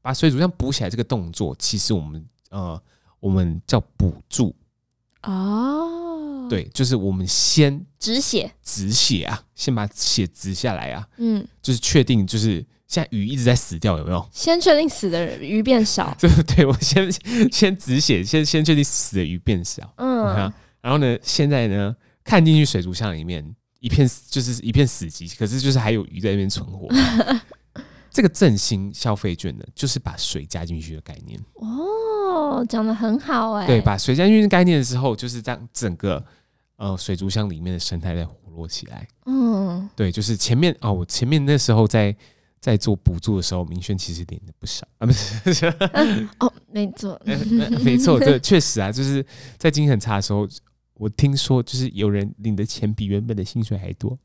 [SPEAKER 1] 把水族箱补起来这个动作，其实我们呃，我们叫补助，
[SPEAKER 2] 哦，，
[SPEAKER 1] 对，就是我们先
[SPEAKER 2] 止血。
[SPEAKER 1] 止血啊，先把血止下来啊，
[SPEAKER 2] 嗯，
[SPEAKER 1] 就是确定，就是现在鱼一直在死掉，有没 <laughs> 有？
[SPEAKER 2] 先确定死的鱼变
[SPEAKER 1] <laughs>
[SPEAKER 2] 少。
[SPEAKER 1] 对对，我先先止血，先先确定死的鱼变少，
[SPEAKER 2] 嗯
[SPEAKER 1] 嗯，，然后呢，现在呢，看进去水族箱里面一片就是一片死寂，可是就是还有鱼在那边存
[SPEAKER 2] <laughs>
[SPEAKER 1] 活。这个振兴消费券呢，就是把水加进去的概念。
[SPEAKER 2] 哦，讲的很好哎、
[SPEAKER 1] 对，把水将军概念之后，就是让整个呃水族箱里面的生态在活络起来。
[SPEAKER 2] 嗯，
[SPEAKER 1] 对，就是前面哦，我前面那时候在在做补助的时候，明轩其实领的不少啊，不是， <laughs>
[SPEAKER 2] 哦，没错，
[SPEAKER 1] 呃呃没错，对，确实啊，就是在经济很差的时候。我听说，就是有人领的钱比原本的薪水还多。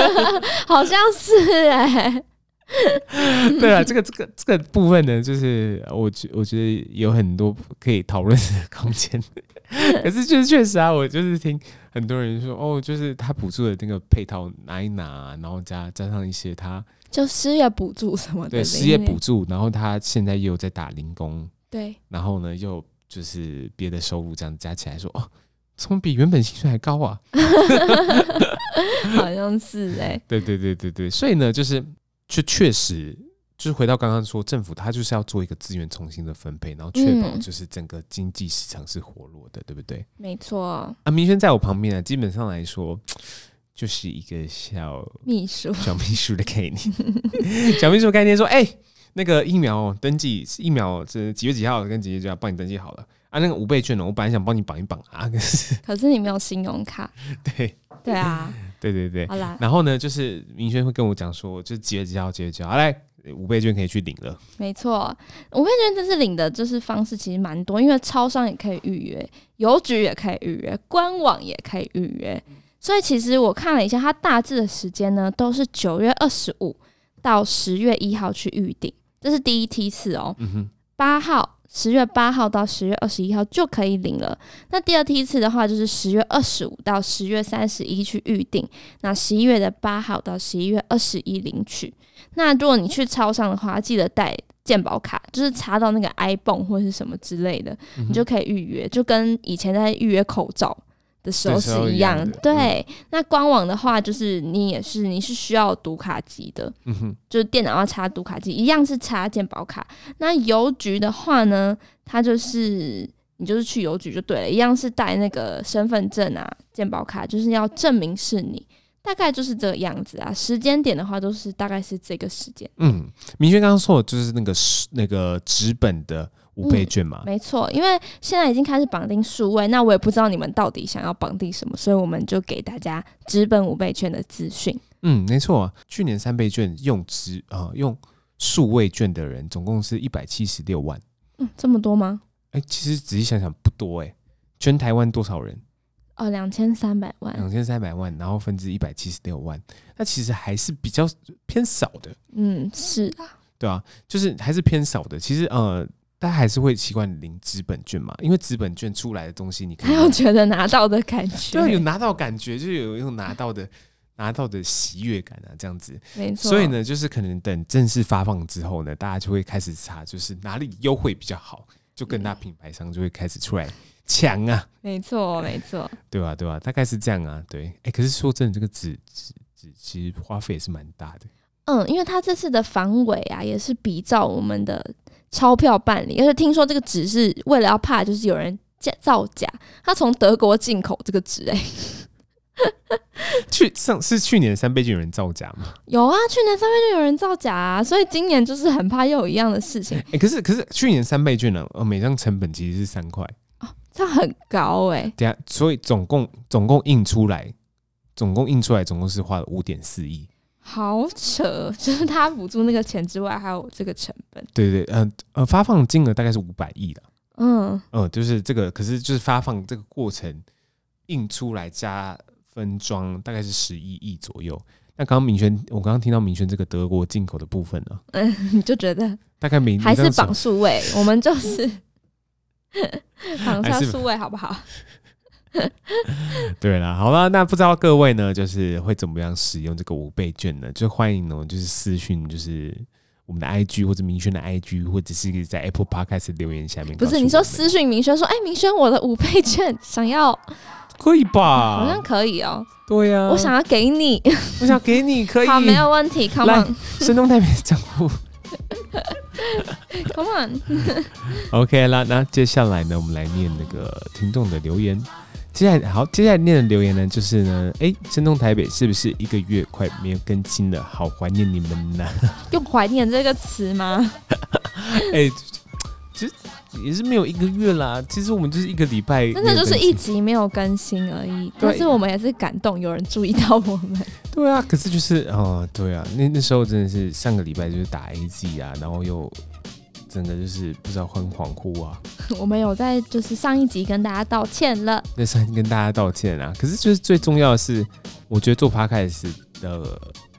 [SPEAKER 1] <laughs>
[SPEAKER 2] 好像是哎、
[SPEAKER 1] 对啊，这个这个这个部分呢，就是我觉我觉得有很多可以讨论的空间。 <laughs> 可是就是确实啊，我就是听很多人说，哦，就是他补助的那个配套拿一拿，然后加加上一些他
[SPEAKER 2] 就失业补助什么的。
[SPEAKER 1] 对失业补，助，然后他现在也有在打零工，
[SPEAKER 2] 对，
[SPEAKER 1] 然后呢又就是别的收入这样加起来说，哦，怎么比原本薪水还高啊？
[SPEAKER 2] <laughs> 好像是哎、
[SPEAKER 1] 对对对对对，所以呢，就是就确实就是回到刚刚说，政府它就是要做一个资源重新的分配，然后确保
[SPEAKER 2] 嗯
[SPEAKER 1] 就是整个经济市场是活络的，对不对？
[SPEAKER 2] 没错。
[SPEAKER 1] 啊，明轩在我旁边啊，基本上来说，就是一个小
[SPEAKER 2] 秘 <laughs> 书
[SPEAKER 1] 小秘书的概念。小秘书的概念说：“哎、那个疫苗哦登记疫苗这几月几号跟几月几号帮你登记好了啊？那个五倍券呢？我本来想帮你绑一绑啊，可是
[SPEAKER 2] 可是你没有信用卡。
[SPEAKER 1] <laughs> 对
[SPEAKER 2] 对 <laughs> 啊，
[SPEAKER 1] 对对对。
[SPEAKER 2] 好啦，
[SPEAKER 1] 然后呢，就是明轩会跟我讲说，就是几月几号几月几号，啊、来五倍券可以去领了。
[SPEAKER 2] 没错，我会觉得这次领的就是方式其实蛮多，因为超商也可以预约，邮局也可以预约，官网也可以预约，所以其实我看了一下，它大致的时间呢都是九月二十五到十月一号去预定，这是第一梯次哦。
[SPEAKER 1] 嗯哼，
[SPEAKER 2] 八号，十月八号到十月二十一号就可以领了。那第二梯次的话，就是十月二十五到十月三十一去预定，那十一月的八号到十一月二十一领取。那如果你去超商的话，记得带健保卡，就是查到那个 iPhone 或是什么之类的，
[SPEAKER 1] 嗯哼
[SPEAKER 2] 你就可以预约，就跟以前在预约口罩。的时候
[SPEAKER 1] 的
[SPEAKER 2] 是
[SPEAKER 1] 时候
[SPEAKER 2] 一
[SPEAKER 1] 一
[SPEAKER 2] 样
[SPEAKER 1] 样
[SPEAKER 2] 的，
[SPEAKER 1] 的嗯
[SPEAKER 2] 对。那官网的话，就是你也是你是需要读卡机的，
[SPEAKER 1] 嗯哼，
[SPEAKER 2] 就是电脑要插读卡机，一样是插健保卡。那邮局的话呢，它就是你就是去邮局就对了，一样是带那个身份证啊、健保卡，就是要证明是你。大概就是这个样子啊，时间点的话都是大概是这个时间，
[SPEAKER 1] 嗯，明轩刚刚说的就是那个那个纸本的五倍券嘛，
[SPEAKER 2] 嗯没错。因为现在已经开始绑定数位，那我也不知道你们到底想要绑定什么，所以我们就给大家纸本五倍券的资讯。
[SPEAKER 1] 嗯，没错、啊，去年三倍券用纸啊、用数位券的人总共是一百七十六万。
[SPEAKER 2] 嗯，这么多吗？
[SPEAKER 1] 哎、其实仔细想想不多哎、全台湾多少人？
[SPEAKER 2] 哦，两千三百万。
[SPEAKER 1] 两千三百万，然后分之一百七十六万，那其实还是比较偏少的，
[SPEAKER 2] 嗯，是 <laughs> 啊，
[SPEAKER 1] 对啊，就是还是偏少的。其实呃，大家还是会习惯领纸本券嘛，因为纸本券出来的东西，你可
[SPEAKER 2] 还
[SPEAKER 1] 以
[SPEAKER 2] 有觉得拿到的感觉。
[SPEAKER 1] 对啊有拿到感觉，就是有一种拿到的拿到的喜悦感啊，这样子。
[SPEAKER 2] 没错。
[SPEAKER 1] 所以，呢，就是可能等正式发放之后呢，大家就会开始查，就是哪里优惠比较好，就各
[SPEAKER 2] 嗯
[SPEAKER 1] 大品牌商就会开始出来抢啊，
[SPEAKER 2] 没错，没错，
[SPEAKER 1] 对吧、对吧、大概是这样啊，对。哎、可是说真的，这个纸纸纸其实花费也是蛮大的，
[SPEAKER 2] 嗯，因为他这次的防伪啊，也是比照我们的钞票办理，而且听说这个纸是为了要怕就是有人假造假，他从德国进口这个纸、欸， <laughs>
[SPEAKER 1] 去上是去年三倍券有人造假吗？
[SPEAKER 2] 有啊，去年上面就有人造假、啊，所以今年就是很怕又有一样的事情，
[SPEAKER 1] 哎、可是可是去年三倍券呢、呃，每张成本其实是三块，
[SPEAKER 2] 这很高哎、
[SPEAKER 1] 等下，所以总共总共印出来，总共印出来总共是花了五点四亿，
[SPEAKER 2] 好扯， <laughs> 就是他补助那个钱之外，还有这个成本，
[SPEAKER 1] 对对，呃呃，发放金额大概是五百亿啦。
[SPEAKER 2] 嗯， <laughs>
[SPEAKER 1] 嗯，就是这个，可是就是发放这个过程印出来加分装，大概是十一亿左右。那刚刚明轩，我刚刚听到明轩这个德国进口的部分呢、
[SPEAKER 2] 你就觉得
[SPEAKER 1] 大概每
[SPEAKER 2] 还
[SPEAKER 1] 每
[SPEAKER 2] 是
[SPEAKER 1] 张手
[SPEAKER 2] 绑数位，我们就是 <laughs> 绑
[SPEAKER 1] 还
[SPEAKER 2] 上
[SPEAKER 1] 是
[SPEAKER 2] 数位好不好？
[SPEAKER 1] 对啦，好了，那不知道各位呢，就是会怎么样使用这个五倍券呢？就欢迎呢，就是私讯，就是我们的 IG 或者明轩的 IG，或者是在 Apple Podcast 的留言下面告
[SPEAKER 2] 不
[SPEAKER 1] 诉我
[SPEAKER 2] 是，
[SPEAKER 1] 们。
[SPEAKER 2] 你说私讯明轩说，哎、明轩，我的五倍券想要，
[SPEAKER 1] 可以吧？
[SPEAKER 2] 好像可以哦，
[SPEAKER 1] 对呀、啊，
[SPEAKER 2] 我想要给你，
[SPEAKER 1] 我想给你可以，
[SPEAKER 2] 好，没有问题，Come <laughs>
[SPEAKER 1] 来
[SPEAKER 2] on，Come
[SPEAKER 1] 生动代表账户。
[SPEAKER 2] on，
[SPEAKER 1] <laughs> OK 啦，那接下来呢，我们来念那个听众的留言。接下来好，接下来念的留言呢，就是呢，哎、声东台北是不是一个月快没有更新了？好怀念你们呐、
[SPEAKER 2] 用怀念这个词吗？ <laughs>
[SPEAKER 1] 哎、其实也是没有一个月啦，其实我们就是一个礼拜没有
[SPEAKER 2] 真
[SPEAKER 1] 更新，
[SPEAKER 2] 的就是一集没有更新而已，但是我们也是感动，有人注意到我们， <laughs>
[SPEAKER 1] 对啊，可是就是哦、对啊，那那时候真的是上个礼拜就是打 AZ 啊，然后又真的就是不知道很恍惚啊，
[SPEAKER 2] 我们有在就是上一集跟大家道歉了，
[SPEAKER 1] 那是跟大家道歉啊。可是就是最重要的是，我觉得做 podcast 的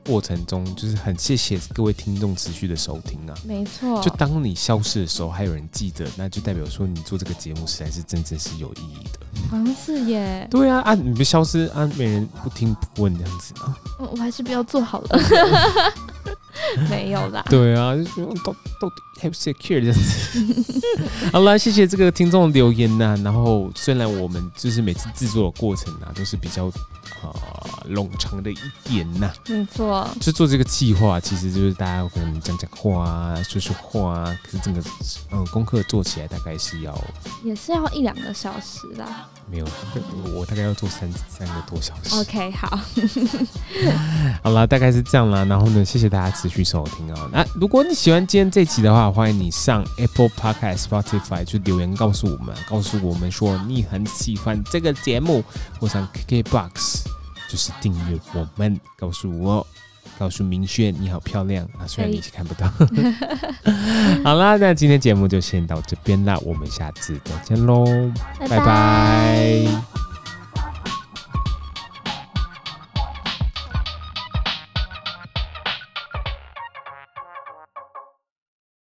[SPEAKER 1] 过程中，就是很谢谢各位听众持续的收听啊。
[SPEAKER 2] 没错
[SPEAKER 1] 就，当你消失的时候，还有人记得，那就代表说你做这个节目实在是真正是有意义的。
[SPEAKER 2] 好像是耶，
[SPEAKER 1] 对啊，啊，你不消失啊，没人不听不问这样子啊。
[SPEAKER 2] 嗯我还是不要做好 <laughs> 了，没有啦，
[SPEAKER 1] 对啊，就觉得到到底 have secure 这样子。 <laughs> 好啦，谢谢这个听众留言呐、然后虽然我们就是每次制作的过程啊，都是比较啊冗长的一点呐、
[SPEAKER 2] 没错，
[SPEAKER 1] 就做这个计划，其实就是大家可能讲讲话啊，说说话啊，可是整个嗯功课做起来大概是要
[SPEAKER 2] 也是要一两个小时啦。
[SPEAKER 1] 没有，我大概要做三三个多小时。
[SPEAKER 2] OK，好，
[SPEAKER 1] 好了，大概是这样啦。然后呢，谢谢大家持续收听哦。那如果你喜欢今天这期的话，欢迎你上 Apple Podcast、Spotify 去留言告诉我们，告诉我们说你很喜欢这个节目，或上 KKBox 就是订阅我们，告诉我。告诉明轩，你好漂亮啊！虽然你是看不到。 <laughs> 好啦，那今天节目就先到这边啦，我们下次再见喽，拜拜